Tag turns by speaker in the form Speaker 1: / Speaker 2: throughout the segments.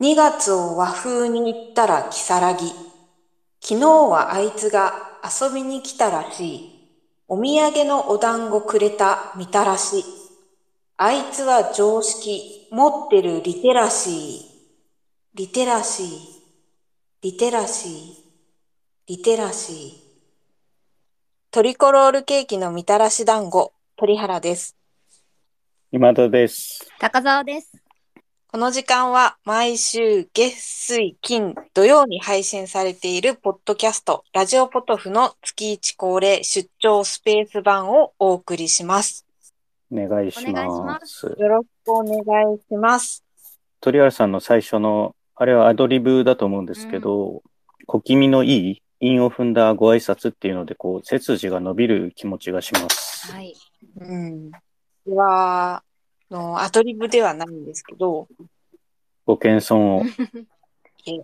Speaker 1: 2月を和風に行ったら如月。昨日はあいつが遊びに来たらしい。お土産のお団子くれたみたらし。あいつは常識、持ってるリテラシー。リテラシー、リテラシー、リテラシー。トリコロールケーキのみたらし団子、鳥原です。
Speaker 2: 今田です。
Speaker 3: 高澤です。
Speaker 1: この時間は毎週月水金土曜に配信されているポッドキャストラジオポトフの月一恒例出張スペース版をお送りします。
Speaker 2: お願いし
Speaker 3: お願いし
Speaker 2: ま。
Speaker 3: ます
Speaker 1: よろしくお願いします。
Speaker 2: 鳥原さんの最初の、あれはアドリブだと思うんですけど、小気味のいい韻を踏んだご挨拶っていうので、こう、背筋が伸びる気持ちがします。
Speaker 3: はい。
Speaker 1: うん。これは、あの、アドリブではないんですけど、
Speaker 2: ご謙遜を。
Speaker 1: いえ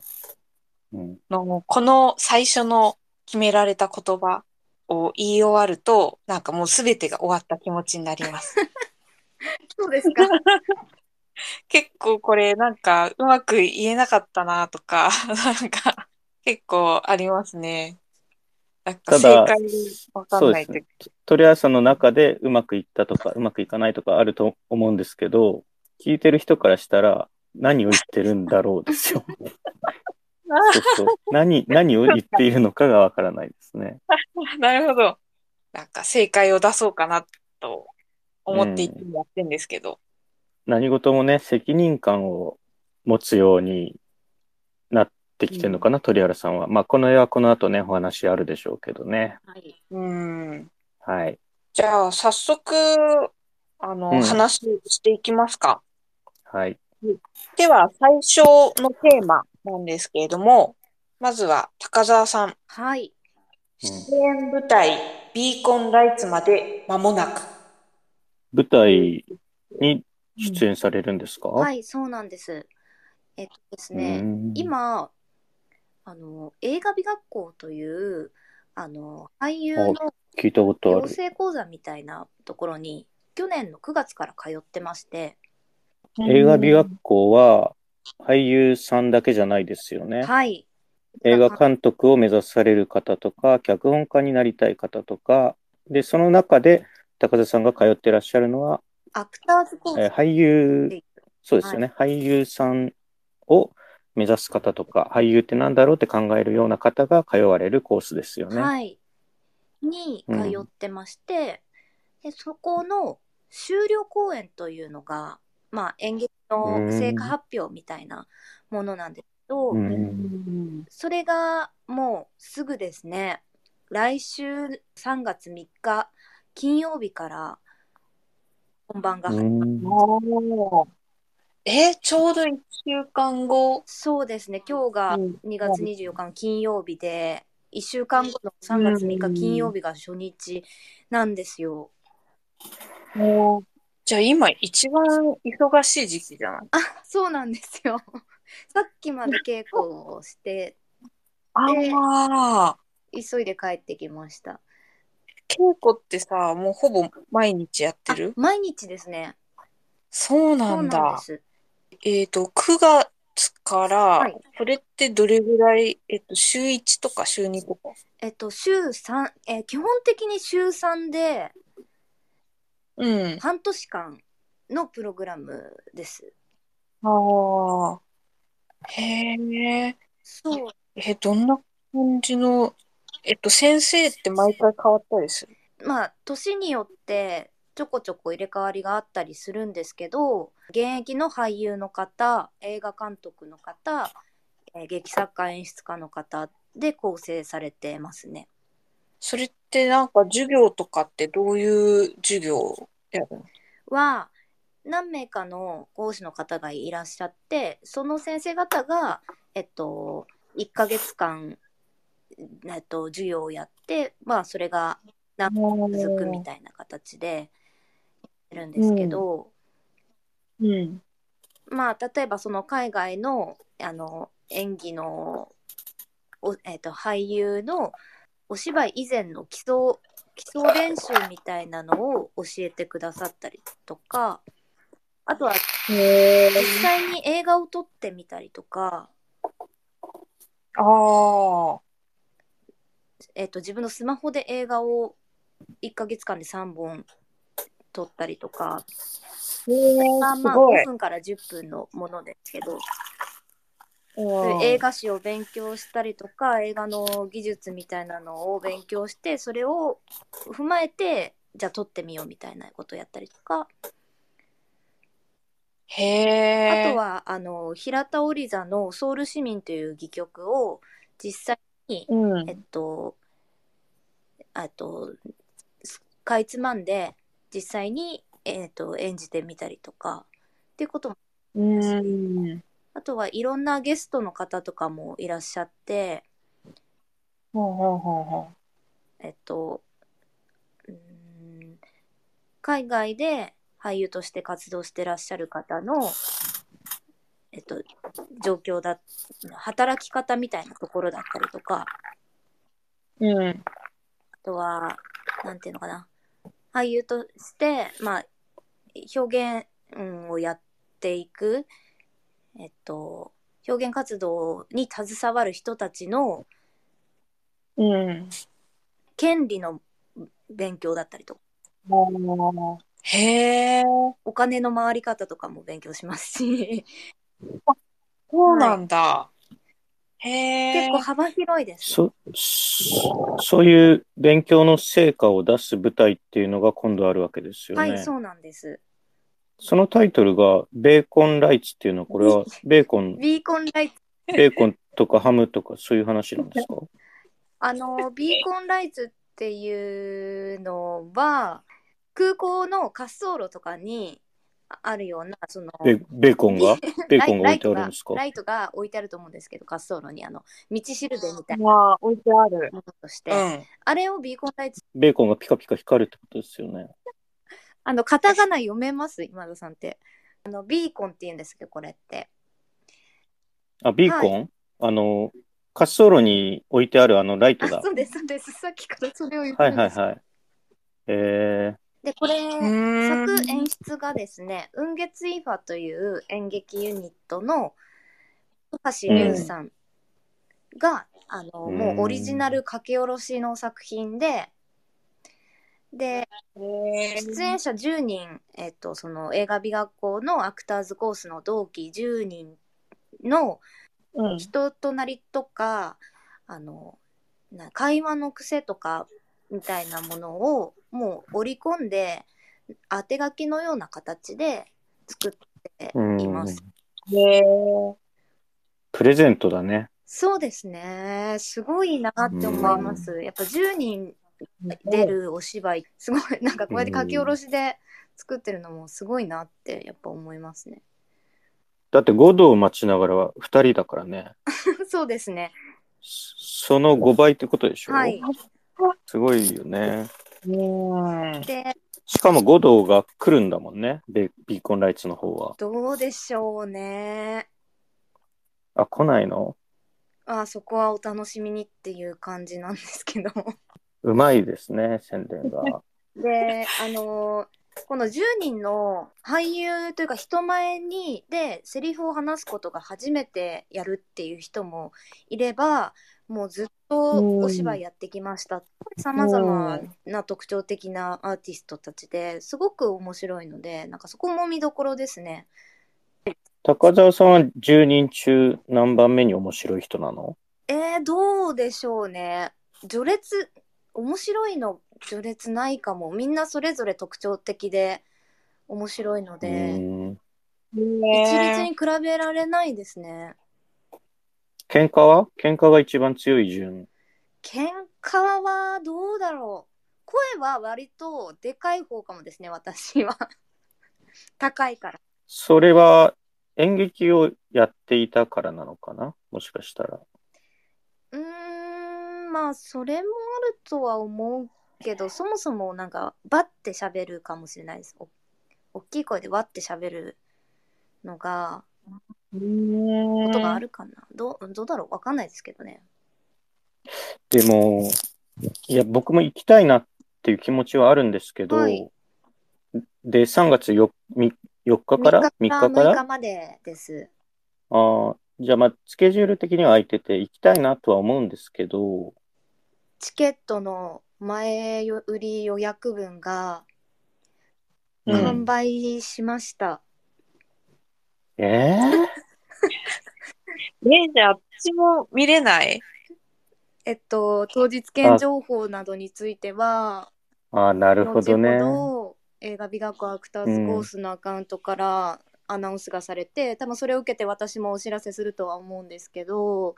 Speaker 2: うん、
Speaker 1: あのこの最初の決められた言葉を言い終わると、なんかもうすべてが終わった気持ちになります。
Speaker 3: そうですか。
Speaker 1: 結構これなんかうまく言えなかったなとか、 なんか結構ありますね。なんか
Speaker 2: た
Speaker 1: 正
Speaker 2: だ
Speaker 1: 解わかんない
Speaker 2: そうで
Speaker 1: 時。
Speaker 2: 鳥原さんの中でうまくいったとか、うまくいかないとかあると思うんですけど、聞いてる人からしたら、何を言ってるんだろうですよ。そうそう何、何を言っているのかがわからないですね。
Speaker 1: なるほど。なんか正解を出そうかなと思っていつもやってんですけど。
Speaker 2: 何事もね、責任感を持つようになってきてるのかな、鳥原さんは。まあ、この絵はこの後ね、お話あるでしょうけどね。
Speaker 3: はい。
Speaker 1: うん。
Speaker 2: はい。
Speaker 1: じゃあ早速、あの、
Speaker 2: うん
Speaker 1: 話していきますか。
Speaker 2: はい。
Speaker 1: では最初のテーマなんですけれども、まずは高澤さん。
Speaker 3: はい。
Speaker 2: うん
Speaker 1: 出演舞台ビーコンライツまで間もなく。
Speaker 2: 舞台に出演されるんですか、
Speaker 3: はい、そうなんです。えっとですね、
Speaker 2: うん、
Speaker 3: 今、あの、映画美学校という、あの、俳優
Speaker 2: お
Speaker 3: の
Speaker 2: 聞いたことあ
Speaker 3: 養
Speaker 2: る。
Speaker 3: 成講座みたいなところに、去年の9月から通ってまして、
Speaker 2: 映画美学校は俳優さんだけじゃないですよね。
Speaker 3: はい。
Speaker 2: 映画監督を目指される方とか、脚本家になりたい方とか、で、その中で高田さんが通ってらっしゃるのは、
Speaker 3: アクターズ講
Speaker 2: えー
Speaker 3: 座。
Speaker 2: 俳優、そうですよね、俳優さんを目指す方とか、俳優ってなんだろうって考えるような方が通われるコースですよね。
Speaker 3: はい。に通ってまして、でそこの修了公演というのが、まあ、演劇の成果発表みたいなものなんですけど、
Speaker 2: うん
Speaker 3: それがもうすぐですね来週3月3日金曜日から本番が、
Speaker 2: うん
Speaker 1: おーえ、ちょうど1週間後。
Speaker 3: そうですね今日が2月24日の金曜日で1週間後の3月3
Speaker 1: うん
Speaker 3: 日金曜日が初日なんですよ。
Speaker 1: おーじゃあ今一番忙しい時期じゃない
Speaker 3: そうなんですよ。 さっきまで稽古をして
Speaker 1: ああ。
Speaker 3: 急いで帰ってきました。
Speaker 1: 稽古ってさ、もうほぼ毎日やってる
Speaker 3: あ毎日ですね。
Speaker 1: そうな
Speaker 3: そうんなんで
Speaker 1: だ。
Speaker 3: す。
Speaker 1: えっと、9月から、
Speaker 3: い
Speaker 1: これってどれぐらい、えっと、週1とか週2とか。
Speaker 3: えっと週三えー基本的に週三で
Speaker 1: うん。
Speaker 3: 半年間のプログラムです。
Speaker 1: ああ。へえ。
Speaker 3: そう。
Speaker 1: え、どんな感じの、えっと、先生って毎回変わったりする
Speaker 3: まあ年によってちょこちょこ入れ替わりがあったりするんですけど現役の俳優の方映画監督の方、えー劇作家演出家の方で構成されてますね。
Speaker 1: それってなんか授業とかってどういう授業をやるの
Speaker 3: は何名かの講師の方がいらっしゃってその先生方が、えっと、1ヶ月間、えっと、授業をやって、まあ、それが続くみたいな形でやってるんですけど、
Speaker 1: うん。
Speaker 3: まあ、例えばその海外のあの演技の、おえっと、俳優のお芝居以前の基礎基礎練習みたいなのを教えてくださったりとかあとは
Speaker 1: へえ
Speaker 3: 実際に映画を撮ってみたりとか、
Speaker 1: ああ。
Speaker 3: えっと、自分のスマホで映画を1ヶ月間で3本撮ったりとか、
Speaker 1: へえ
Speaker 3: まあ
Speaker 1: す
Speaker 3: まあ
Speaker 1: ごい
Speaker 3: 5。分から10分のものですけど、
Speaker 1: うん
Speaker 3: 映画史を勉強したりとか映画の技術みたいなのを勉強してそれを踏まえてじゃあ撮ってみようみたいなことをやったりとか
Speaker 1: へ
Speaker 3: あ
Speaker 1: え。
Speaker 3: とはあの平田織座の「ソウル市民」という戯曲を実際に、
Speaker 1: うん
Speaker 3: えっとあとかいつまんで実際に、えっと、演じてみたりとかっていうことも
Speaker 1: うん。
Speaker 3: あとはいろんなゲストの方とかもいらっしゃって。
Speaker 1: ほうほうほうほ
Speaker 3: えっと、うーん海外で俳優として活動してらっしゃる方の、えっと、状況だ、働き方みたいなところだったりとか、
Speaker 1: う。うん。
Speaker 3: あとは、なんていうのかな、俳優として、まあ、表現うんをやっていく、えっと、表現活動に携わる人たちの
Speaker 1: うん。
Speaker 3: 権利の勉強だったりとか
Speaker 1: もうへえ。
Speaker 3: お金の回り方とかも勉強しますし
Speaker 1: そうなんだ。へえ。
Speaker 3: 結構幅広いです
Speaker 2: そ、そそういう勉強の成果を出す舞台っていうのが今度あるわけですよ
Speaker 3: は
Speaker 2: ね。
Speaker 3: いそうなんです
Speaker 2: そのタイトルが、ベーコンライツっていうのは、これは、ベーコン、
Speaker 3: ビーコンライツ
Speaker 2: ベーコンとかハムとか、そういう話なんですか
Speaker 3: あのビーコンライツっていうのは空港の滑走路とかにああるようなその
Speaker 2: ベベーコンがベーコンが
Speaker 3: ラ
Speaker 2: 置
Speaker 3: イ
Speaker 2: いてあるんですか
Speaker 3: ライトがライトが置いてあると思うんですけど滑走路にあの道しるべみたいな
Speaker 1: まあ、置いてある。
Speaker 3: ものとして、
Speaker 1: うん。
Speaker 3: あれをビーコンライツ
Speaker 2: ベーコンがピカピカ光るってことですよね。
Speaker 3: あのカタカナ読めます今田さんってあのビーコンって言うんですけどこれって
Speaker 2: あ、ビーコン、あの、滑走路に置いてあるあのライト
Speaker 3: あ
Speaker 2: だ。
Speaker 3: そうですそうですさっきからそれを言って
Speaker 2: は
Speaker 3: る
Speaker 2: い
Speaker 3: んです
Speaker 2: はいはい。え
Speaker 3: でこれ
Speaker 1: う
Speaker 3: 作
Speaker 1: ーん
Speaker 3: 演出がですね「雲月イーファ」という演劇ユニットの高橋優さんが、あの
Speaker 2: うん
Speaker 3: もうオリジナル書き下ろしの作品でで出演者10人、えっと、その映画美学校のアクターズコースの同期10人の
Speaker 1: うん。
Speaker 3: 人となりとかあのな会話の癖とかみたいなものをもう織り込んで当て書きのような形で作って
Speaker 2: ー、うん
Speaker 3: います。
Speaker 1: へえ。
Speaker 2: プレゼントだね。
Speaker 3: そうですねすごいなって思います。やっぱ10人出るお芝居すごいなんかこうやって書き下ろしで作ってるのもすごいなってやっぱ思いますね。
Speaker 2: だって5度を待ちながらは2人だからね。
Speaker 3: そうですね。
Speaker 2: その5倍ってことでしょ、
Speaker 3: はい。
Speaker 2: すごいよね。
Speaker 1: うん。
Speaker 3: で
Speaker 2: しかも5度が来るんだもんね。で、ビーコンライツの方は。
Speaker 3: どうでしょうね。
Speaker 2: あ、来ないの
Speaker 3: あそこはお楽しみにっていう感じなんですけど
Speaker 2: うまいですね、宣伝 が。
Speaker 3: であのーこの10人の俳優というか人前にでセリフを話すことが初めてやるっていう人もいればもうずっとお芝居やってきましたさまざまな特徴的なアーティストたちですごく面白いのでなんかそこも見どころですね。
Speaker 2: 高澤さんは10人中何番目に面白い人なの
Speaker 3: えー、どうでしょうね。序列、面白いの序列ないかも。みんなそれぞれ特徴的で面白いの
Speaker 2: う
Speaker 3: で、
Speaker 2: ん。
Speaker 3: 一律に比べられないですね。
Speaker 2: 喧嘩は喧嘩が一番強い順。
Speaker 3: 喧嘩はどうだろう。声は割とでかい方かもですね、私は。 高いから。
Speaker 2: それは演劇をやっていたからなのかなもしかしたら。
Speaker 3: うーん、まあ、それもあるとは思うけど、そもそもなんか、バッて喋るかもしれないです。お大きい声でわって喋るのが、
Speaker 1: うん。
Speaker 3: ことがあるかな。どう、どうだろうわかんないですけどね。
Speaker 2: でも、いや、僕も行きたいなっていう気持ちはあるんですけど、
Speaker 3: はい
Speaker 2: で、3月よみ4日から
Speaker 3: 3
Speaker 2: ?3
Speaker 3: 日から
Speaker 2: 日か
Speaker 3: 6
Speaker 2: ら
Speaker 3: 日までです。
Speaker 2: ああ、じゃあまあ、スケジュール的には空いてて行きたいなとは思うんですけど、
Speaker 3: チケットの前よ売り予約分が
Speaker 2: う
Speaker 3: 完
Speaker 2: ん。
Speaker 3: 売しました。
Speaker 2: ええ
Speaker 1: え、じゃあ、私も見れない
Speaker 3: えっと、当日券情報などについては、
Speaker 2: ああ、なるほど ね。
Speaker 3: 後ほど映画美学アクターズコースのアカウントからアナウンスがされて、多分それを受けて私もお知らせするとは思うんですけど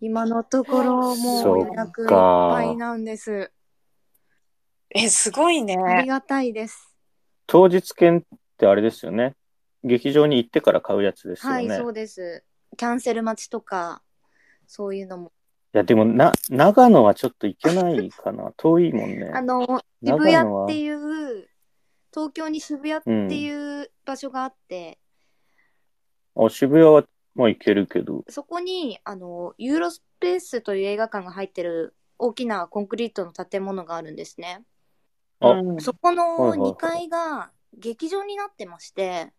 Speaker 3: 今のところもう
Speaker 2: そ
Speaker 3: 予
Speaker 2: っ
Speaker 3: 約いっ
Speaker 2: か
Speaker 3: ぱいなんです
Speaker 1: え、すごいね。
Speaker 3: ありがたいです
Speaker 2: 当日券ってあれですよね。劇場に行ってから買うやつですよ
Speaker 3: はい
Speaker 2: ね。
Speaker 3: そうですキャンセル待ちとかそういうのも
Speaker 2: いや、でもな、長野はちょっと行けないか な。遠いもんね。
Speaker 3: あの
Speaker 2: 長
Speaker 3: 渋谷
Speaker 2: 野は
Speaker 3: っていう東京に渋谷っていう場所があって、
Speaker 2: あ、渋谷は、まあ行けるけど。
Speaker 3: そこにあのユーロスペースという映画館が入ってる大きなコンクリートの建物があるんですね。
Speaker 2: あ
Speaker 1: うん
Speaker 3: そこの
Speaker 2: はいはいはい
Speaker 3: 2階が劇場になってまして、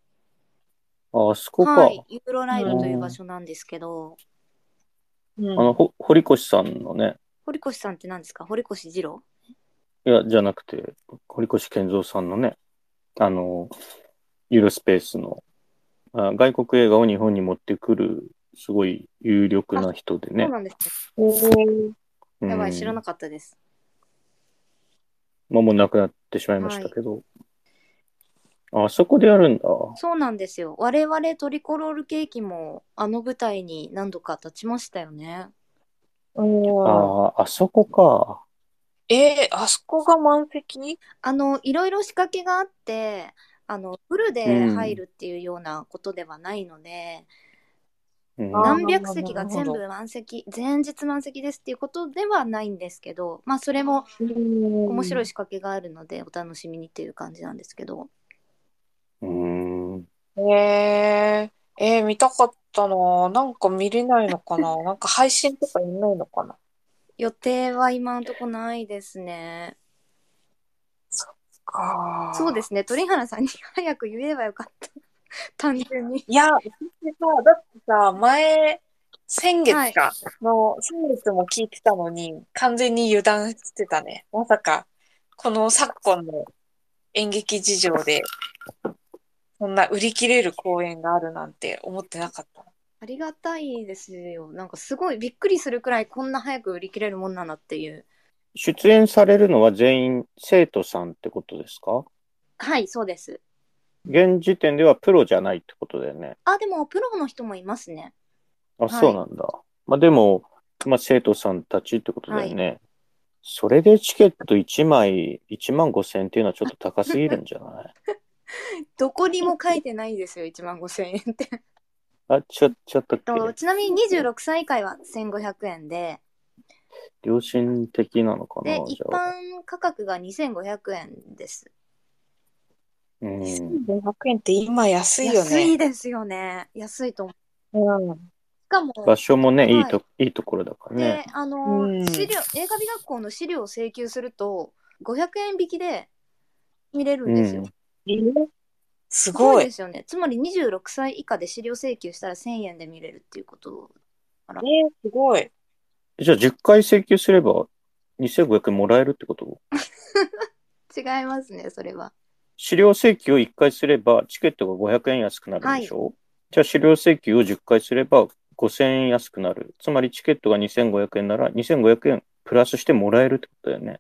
Speaker 2: あ、あそこか。
Speaker 3: はい、ユーロライブという場所なんですけど、
Speaker 2: あの、ほ、堀越さんのね。
Speaker 3: 堀越さんって何ですか堀越二郎
Speaker 2: いや、じゃなくて、堀越健三さんのね、あの、ユーロスペースの、あ外国映画を日本に持ってくる、すごい有力な人で
Speaker 3: そ
Speaker 2: ね
Speaker 3: う。なんですね。
Speaker 2: うん
Speaker 3: やばい、知らなかったです。
Speaker 2: まあ、もう亡くなってしまいましたけど。あそこでやるんだ。
Speaker 3: そうなんですよ。我々トリコロールケーキもあの舞台に何度か立ちましたよね。
Speaker 1: うん
Speaker 2: ああ、あそこか。
Speaker 1: え、あそこが満席
Speaker 3: あの、いろいろ仕掛けがあって、あの、フルで入るっていうようなことではないので、
Speaker 2: うん
Speaker 1: あー
Speaker 3: 何百席が全
Speaker 1: な
Speaker 3: 部満席、前日満席ですっていうことではないんですけど、まあそれも面
Speaker 1: 面
Speaker 3: 白い仕掛けがあるのでお楽しみにっていう感じなんですけど、
Speaker 2: うん。
Speaker 1: えー、えー見たかったな。なんか見れないのかな。なんか配信とかいないのかな。
Speaker 3: 予定は今のとこないですね。
Speaker 1: か。
Speaker 3: そうですすね、鳥原さんに早く言えばよかった。単純に。
Speaker 1: いや、私さ、だってさ、前、先
Speaker 3: はい
Speaker 1: 月か、の、先月も聞いてたのに、完全に油断してたね。まさか、この昨今の演劇事情で、そんな売り切れる公演があるなんて思ってなかった。
Speaker 3: ありがたいですよ。なんかすごいびっくりするくらいこんな早く売り切れるもんなんだっていう。
Speaker 2: 出演されるのは全員生徒さんってことですか
Speaker 3: はい、そうです。
Speaker 2: 現時点ではプロじゃないってことだよね。
Speaker 3: あ、でもプロの人もいますね。
Speaker 2: あ、
Speaker 3: い
Speaker 2: そうなんだ。まあでも、まあ生徒さんたちってことだよね。それでチケット1枚1万5千っていうのはちょっと高すぎるんじゃ ない
Speaker 3: どこにも書いてないですよ、1万5000円 って。
Speaker 2: あ、ちょ、ちょっとっけ
Speaker 3: とちなみに26歳以下は1500円で、
Speaker 2: 良心的なのかな
Speaker 3: で、
Speaker 2: じ
Speaker 3: 一
Speaker 2: ゃあ。
Speaker 3: 般価格が2500円です。
Speaker 2: うん。
Speaker 1: 2500円って今安いよ
Speaker 3: 安
Speaker 1: ね。
Speaker 3: いですよね。安いと思う。
Speaker 1: うん。
Speaker 3: しかも、
Speaker 2: 場所も
Speaker 3: は
Speaker 2: ね、
Speaker 3: い
Speaker 2: いいと、いいところだから
Speaker 3: で
Speaker 2: ね。、
Speaker 3: あの、
Speaker 1: うん
Speaker 3: 資料、映画美学校の資料を請求すると、500円引きで見れるんですよ。
Speaker 2: うん
Speaker 1: す
Speaker 3: すご
Speaker 1: ご
Speaker 3: い
Speaker 1: い
Speaker 3: で。すよね。つまり26歳以下で資料請求したら1000円で見れるっていうこと。
Speaker 1: えー、すごい。
Speaker 2: じゃあ10回請求すれば2500円もらえるってこと
Speaker 3: 違いますね、それは。
Speaker 2: 資料請求を1回すればチケットが500円安くなるんでしょ、じゃあ資料請求を10回すれば5000円安くなる。つまりチケットが2500円なら2500円プラスしてもらえるってことだよね。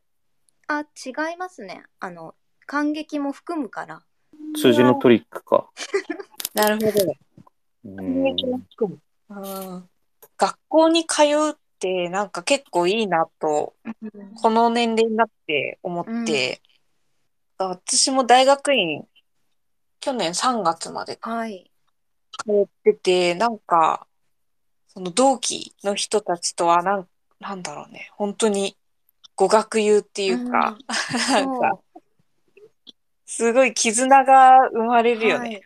Speaker 3: あ、違いますね。あの、感激も含むから。
Speaker 2: 数字のトリックか。
Speaker 1: なるほど。
Speaker 2: うん
Speaker 1: うん学校に通うってなんか結構いいなと、この年齢になって思って、私も大学院、去年3月まで
Speaker 3: はい。
Speaker 1: 通ってて、なんか、その同期の人たちとはなん、なんだろうね、本当に語学友っていうか、
Speaker 3: うん、
Speaker 1: なん
Speaker 3: そう
Speaker 1: か、すごい絆が生まれるよ
Speaker 3: は
Speaker 1: ね。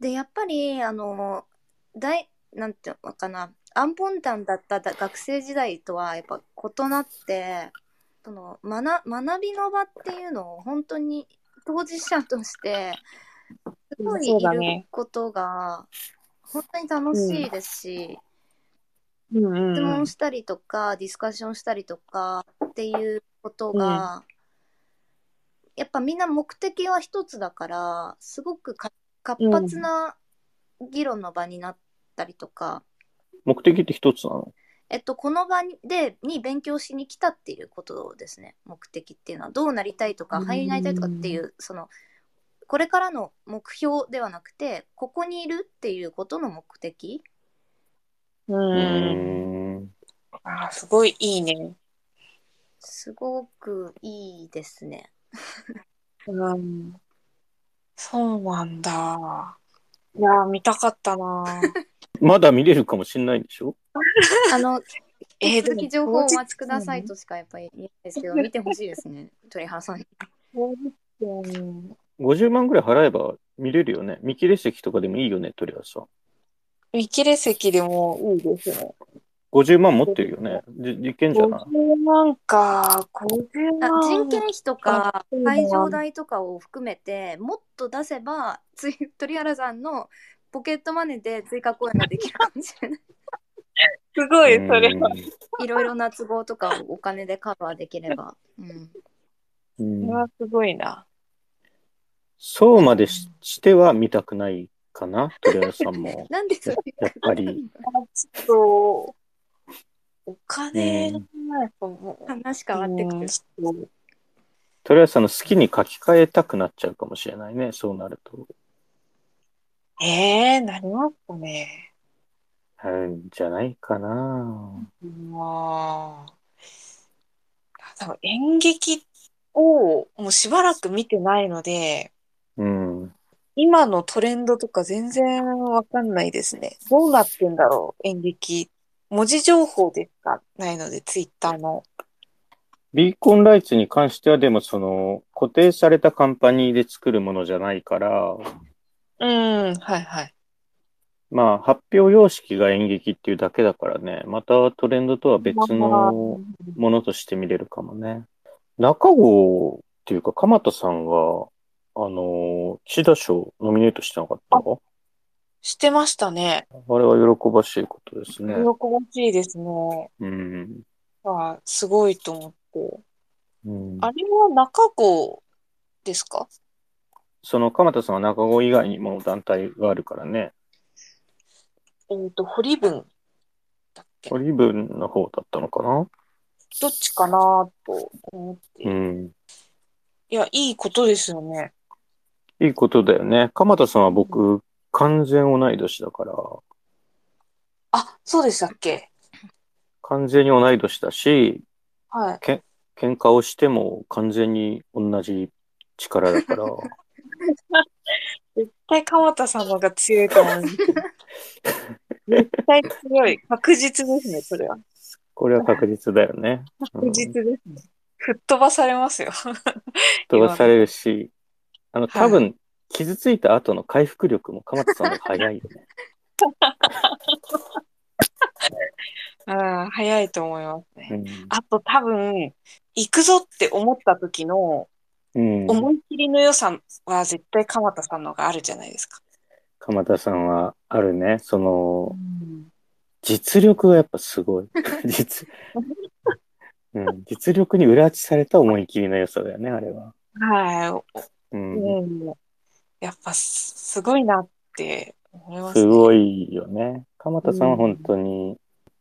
Speaker 3: い、でやっぱりあの大なんていうのかなアンポンタンだっただ学生時代とはやっぱ異なってその学学びの場っていうのを本当に当事者としてす人にい
Speaker 1: そうだ
Speaker 3: る
Speaker 1: ね
Speaker 3: ことが本当に楽しいです
Speaker 1: うんう
Speaker 3: し、
Speaker 1: んう
Speaker 3: 質
Speaker 1: ん
Speaker 3: 問したりとか、ディスカッションしたりとかっていうことが、やっぱみんな目的は一つだからすごくか活発な議論の場になったりとか、
Speaker 2: 目的って一つなの
Speaker 3: えっと、この場にでに勉強しに来たっていうことですね目的っていうのはどうなりたいとか
Speaker 1: うん
Speaker 3: 俳優になりたいとかっていうそのこれからの目標ではなくてここにいるっていうことの目的
Speaker 2: う
Speaker 1: うん。
Speaker 2: ーん。
Speaker 1: あーすごいいいね。
Speaker 3: すごくいいですね。
Speaker 1: うん。そうなんだ。いやー、見たかったな。
Speaker 2: まだ見れるかもしれないんでしょ
Speaker 3: あの
Speaker 1: えー、
Speaker 3: 引き続き情報をお待ちください
Speaker 1: と。
Speaker 3: としかやっぱり言えないですけど、見てほしいですね、鳥原 さんに。
Speaker 1: 当日券
Speaker 2: ?50 万ぐらい払えば見れるよね。見切れ席とかでもいいよね、鳥羽さん。
Speaker 1: 見切れ席でもいいですね。
Speaker 2: 50万持ってるよね。じ実験じゃない
Speaker 1: 50万か、50
Speaker 3: あ
Speaker 1: 万。
Speaker 3: 人件費とか
Speaker 1: うん
Speaker 3: 会場代とかを含めて、もっと出せば、つい鳥原さんのポケットマネーで追加公演ができるかもし れない。
Speaker 1: すごい、
Speaker 2: うーん
Speaker 1: それは。
Speaker 3: いろいろな都合とかをお金でカバーできれば。うん、。
Speaker 2: うん
Speaker 1: それはすごいな。
Speaker 2: そうまでししては見たくないかな、鳥羽さんも
Speaker 3: なんでそれ
Speaker 2: やっぱり。
Speaker 1: ちょっと、お金がないともう。
Speaker 3: 話変わってく
Speaker 1: う
Speaker 3: る
Speaker 1: ん。ちょっと
Speaker 2: 鳥羽さんの好きに書き換えたくなっちゃうかもしれないね、そうなると。
Speaker 1: ええなりますかね。
Speaker 2: うん、じゃないかな。
Speaker 1: まあ、多分演劇をもうしばらく見てないので、
Speaker 2: うん。
Speaker 1: 今のトレンドとか全然わかんないですね。どうなってんだろう、演劇。文字情報でしかないので、ツイッターの。
Speaker 2: ビーコンライツに関しては、でもその、固定されたカンパニーで作るものじゃないから、
Speaker 1: うん、はいはい。
Speaker 2: まあ、発表様式が演劇っていうだけだからね、またトレンドとは別のものとして見れるかもね。中郷っていうか、鎌田さんが、あの、岸田賞ノミネートしてなかったあ
Speaker 1: してましたね。
Speaker 2: れは喜ばしいことです
Speaker 1: 喜
Speaker 2: ね
Speaker 1: ば。しいですね。
Speaker 2: うん。
Speaker 1: あ、すごいと思って。
Speaker 2: うん、
Speaker 1: あれは中郷ですか
Speaker 2: その鎌田さんは中郷以外にも団体があるからね、
Speaker 1: えっと、堀文だっけ
Speaker 2: オリーブの方だったのかな
Speaker 1: どっちかなと思って。
Speaker 2: うん。
Speaker 1: いや、いいことですよね。
Speaker 2: いいことだよね。鎌田さんは僕、完全同い年だから、
Speaker 1: あ、そうでしたっけ
Speaker 2: 完全に同い年だし、
Speaker 1: はい。
Speaker 2: 喧嘩をしても完全に同じ力だから、
Speaker 1: 絶対鎌田さんの方が強いと思う。絶対強い。確実ですね、それは。
Speaker 2: これは確実だよ ね。う
Speaker 1: 確
Speaker 2: ん、
Speaker 1: 実ですね。吹っ飛ばされますよ。
Speaker 2: 飛ばされるし、あの、
Speaker 1: い
Speaker 2: 多分、傷ついた後の回復力も鎌田さんの方が早いよね。
Speaker 1: うん、早いと思いますね。
Speaker 2: うん
Speaker 1: あと多分、行くぞって思った時の
Speaker 2: うん、
Speaker 1: 思い切りの良さは絶対鎌田さんの方があるじゃないですか。
Speaker 2: 鎌田さんはあるね。その、実力がやっぱすごい。 実、うん、実力に裏打ちされた思い切りの良さだよね、あれは。
Speaker 1: は
Speaker 2: う
Speaker 1: い。
Speaker 2: ん、
Speaker 1: うん、やっぱすすごいなって思います
Speaker 2: す
Speaker 1: ね。
Speaker 2: ごいよね。鎌田さんは本当に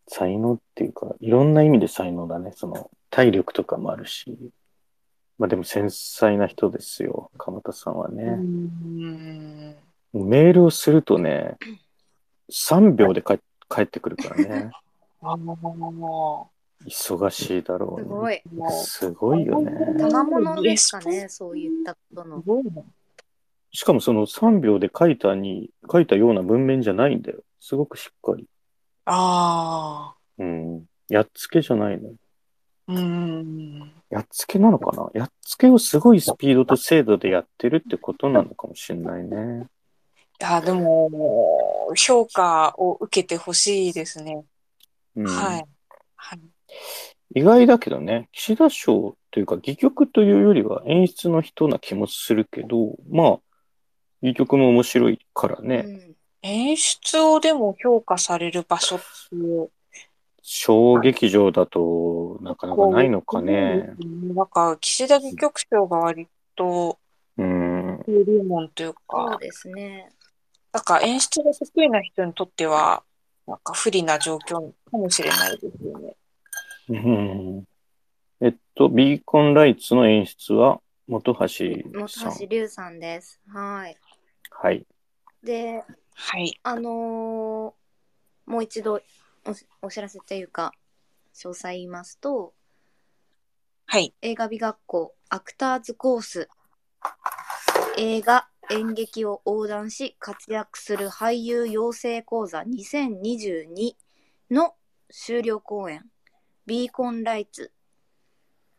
Speaker 2: 才能っていうか、いろんな意味で才能だね。その、体力とかもあるし。まあでも繊細な人ですよ、鎌田さんはね。
Speaker 1: うん。
Speaker 2: もうメールをするとね、3秒でか帰ってくるからね。
Speaker 1: あの
Speaker 2: 忙しいだろ
Speaker 3: す
Speaker 2: う
Speaker 3: ご
Speaker 2: ね。
Speaker 3: い。
Speaker 2: すごいよね。
Speaker 3: 賜物ですかね、そういったことの
Speaker 1: す。ごいな。
Speaker 2: しかもその3秒で書いたに、書いたような文面じゃないんだよ。すごくしっかり。
Speaker 1: あ
Speaker 2: うん。やっつけじゃないのよ。
Speaker 1: あ。うん。
Speaker 2: やっつけなのかなやっつけをすごいスピードと精度でやってるってことなのかもしれないね。
Speaker 1: あでも、評価を受けてほしいですね。
Speaker 2: うん、
Speaker 1: はい。はい。
Speaker 2: 意外だけどね、岸田賞というか、戯曲というよりは演出の人な気もするけど、まあ、いい曲も面白いからね。
Speaker 3: うん
Speaker 1: 演出をでも評価される場所って、
Speaker 2: 小劇場だとなかなかないのかね。
Speaker 1: なんか、岸田戯曲賞が割と、
Speaker 2: うん。
Speaker 1: 登竜門という
Speaker 3: そう
Speaker 1: か、
Speaker 3: ですね。
Speaker 1: なんか演出が得意な人にとっては、なんか不利な状況かもしれないですよね。
Speaker 2: うんえっと、ビーコンライツの演出は本橋さん
Speaker 3: 本。橋龍さんです。はい。
Speaker 2: はい。
Speaker 3: で、
Speaker 1: はい。
Speaker 3: あのーもう一度おしお知らせというか、詳細言いますと、
Speaker 1: はい。
Speaker 3: 映画美学校アクターズコース映画演劇を横断し活躍する俳優養成講座2022の終了公演ビーコンライツ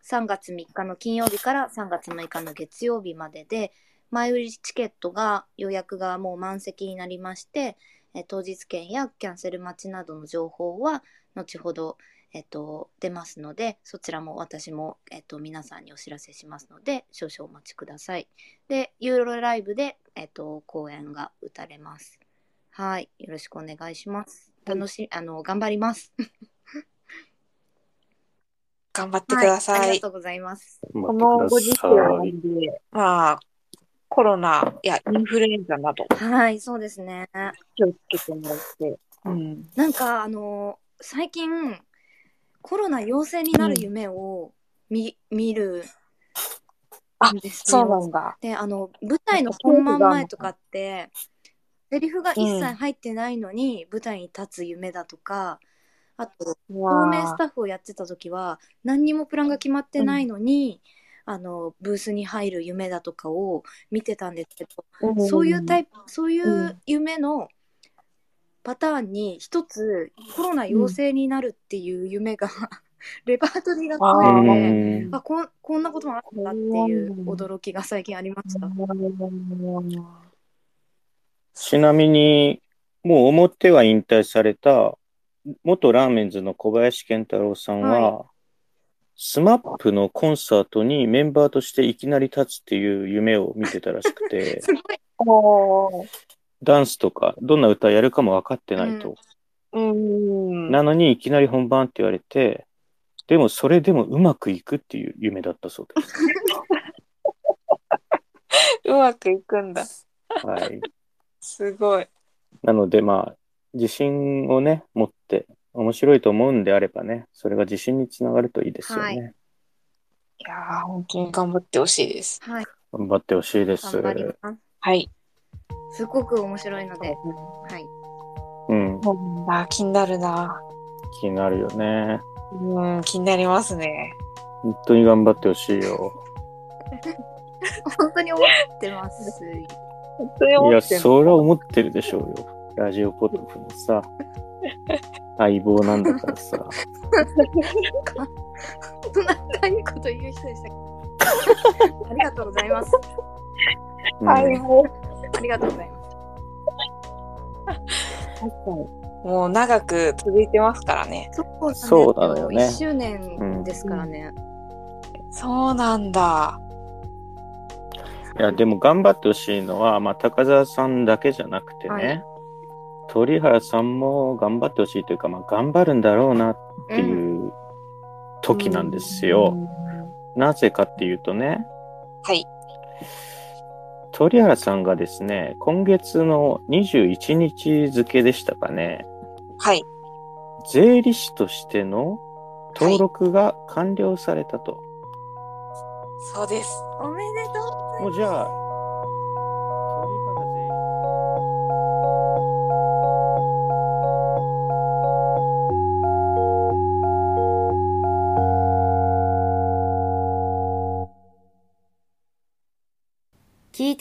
Speaker 3: 3月3日の金曜日から3月6日の月曜日までで前売りチケットが予約がもう満席になりましてえー当日券やキャンセル待ちなどの情報は後ほどえっと、出ますので、そちらも私も、えっと、皆さんにお知らせしますので、少々お待ちください。で、ユーロライブで、えっと、公演が打たれます。はい。よろしくお願いします。楽し、あの、頑張ります。
Speaker 1: 頑張ってくださ。
Speaker 3: はいい。ありがとうございます。
Speaker 1: こ
Speaker 2: 待
Speaker 1: のご時
Speaker 2: って
Speaker 1: 世
Speaker 2: くだ
Speaker 1: な
Speaker 2: さい。
Speaker 1: んで、まあ、コロナやインフルエンザなど
Speaker 3: はい、そうですね。
Speaker 1: 気をつけてもらって、うん。
Speaker 3: なんか、あの、最近、コロナ陽性になる夢を見、見る。
Speaker 1: あ
Speaker 3: んです
Speaker 1: そう
Speaker 3: よ
Speaker 1: なんだ。
Speaker 3: であの舞台の本番前とかってセリフが一切入ってないのに舞台に立つ夢だとか、あと
Speaker 1: 透
Speaker 3: 透明スタッフをやってた時は何にもプランが決まってないのに、あのブースに入る夢だとかを見てたんですけど、そういうタ
Speaker 1: イ
Speaker 3: イプそういう夢のパターンに一つコロナ陽性になるっていう夢が レパートリーが
Speaker 1: あ
Speaker 3: 増
Speaker 1: ー
Speaker 3: えて。
Speaker 2: うん
Speaker 3: あこんこんなこともあるんだっていう驚きが最近ありました。
Speaker 2: ちなみに、もう表は引退された、元ラーメンズの小林健太郎さんは、スマップのコンサートにメンバーとしていきなり立つっていう夢を見てたらしくて、
Speaker 3: すごい
Speaker 1: おー
Speaker 2: ダンスとか、どんな歌やるかも分かってないと。
Speaker 1: うん。
Speaker 2: なのに、いきなり本番って言われて、でもそれでもうまくいくっていう夢だったそうです。
Speaker 1: うまくいくんだ。
Speaker 2: はい。
Speaker 1: すごい。
Speaker 2: なので、まあ、自信をね、持って、面白いと思うんであればね、それが自信につながるといいですよね。
Speaker 3: はい
Speaker 1: いやー、本当に頑張ってほしいです。
Speaker 3: はい、
Speaker 2: 頑張ってほしいです。
Speaker 3: 頑張ります。
Speaker 1: はい。
Speaker 3: すごく面白いので、はい。
Speaker 2: うん、
Speaker 1: うん、あー気になるな。
Speaker 2: 気になるよね。
Speaker 1: うん、気になりますね。
Speaker 2: 本当に頑張ってほしいよ。
Speaker 3: 本当に思っ てます。
Speaker 1: 本当に
Speaker 2: い
Speaker 1: 思
Speaker 2: や、
Speaker 1: ってる。
Speaker 2: それは思ってるでしょうよ。ラジオポトフのさ、相棒なんだからさ。
Speaker 3: そんなかいいこと言う人でしたっけ ありがとうございます。
Speaker 2: うん
Speaker 1: はい、もう、
Speaker 3: ありがとうございます。
Speaker 1: 確かにもう長く続いてますからね。
Speaker 3: そうだね。
Speaker 2: そうなのよね
Speaker 3: 1周年ですからね。
Speaker 1: そうなんだ。
Speaker 2: いや、でも頑張ってほしいのは、まあ、高澤さんだけじゃなくてね、
Speaker 3: はい
Speaker 2: 鳥原さんも頑張ってほしいというか、まあ、頑張るんだろうなって
Speaker 3: うん
Speaker 2: いう時なんですよ。なぜかっていうとね、
Speaker 1: はい。
Speaker 2: 鳥原さんがですね、今月の21日付でしたかね、
Speaker 1: はい。
Speaker 2: 税理士としての登録が完了されたと。
Speaker 1: そうです。
Speaker 3: おめでと
Speaker 2: もうじゃあ、
Speaker 3: う。聞い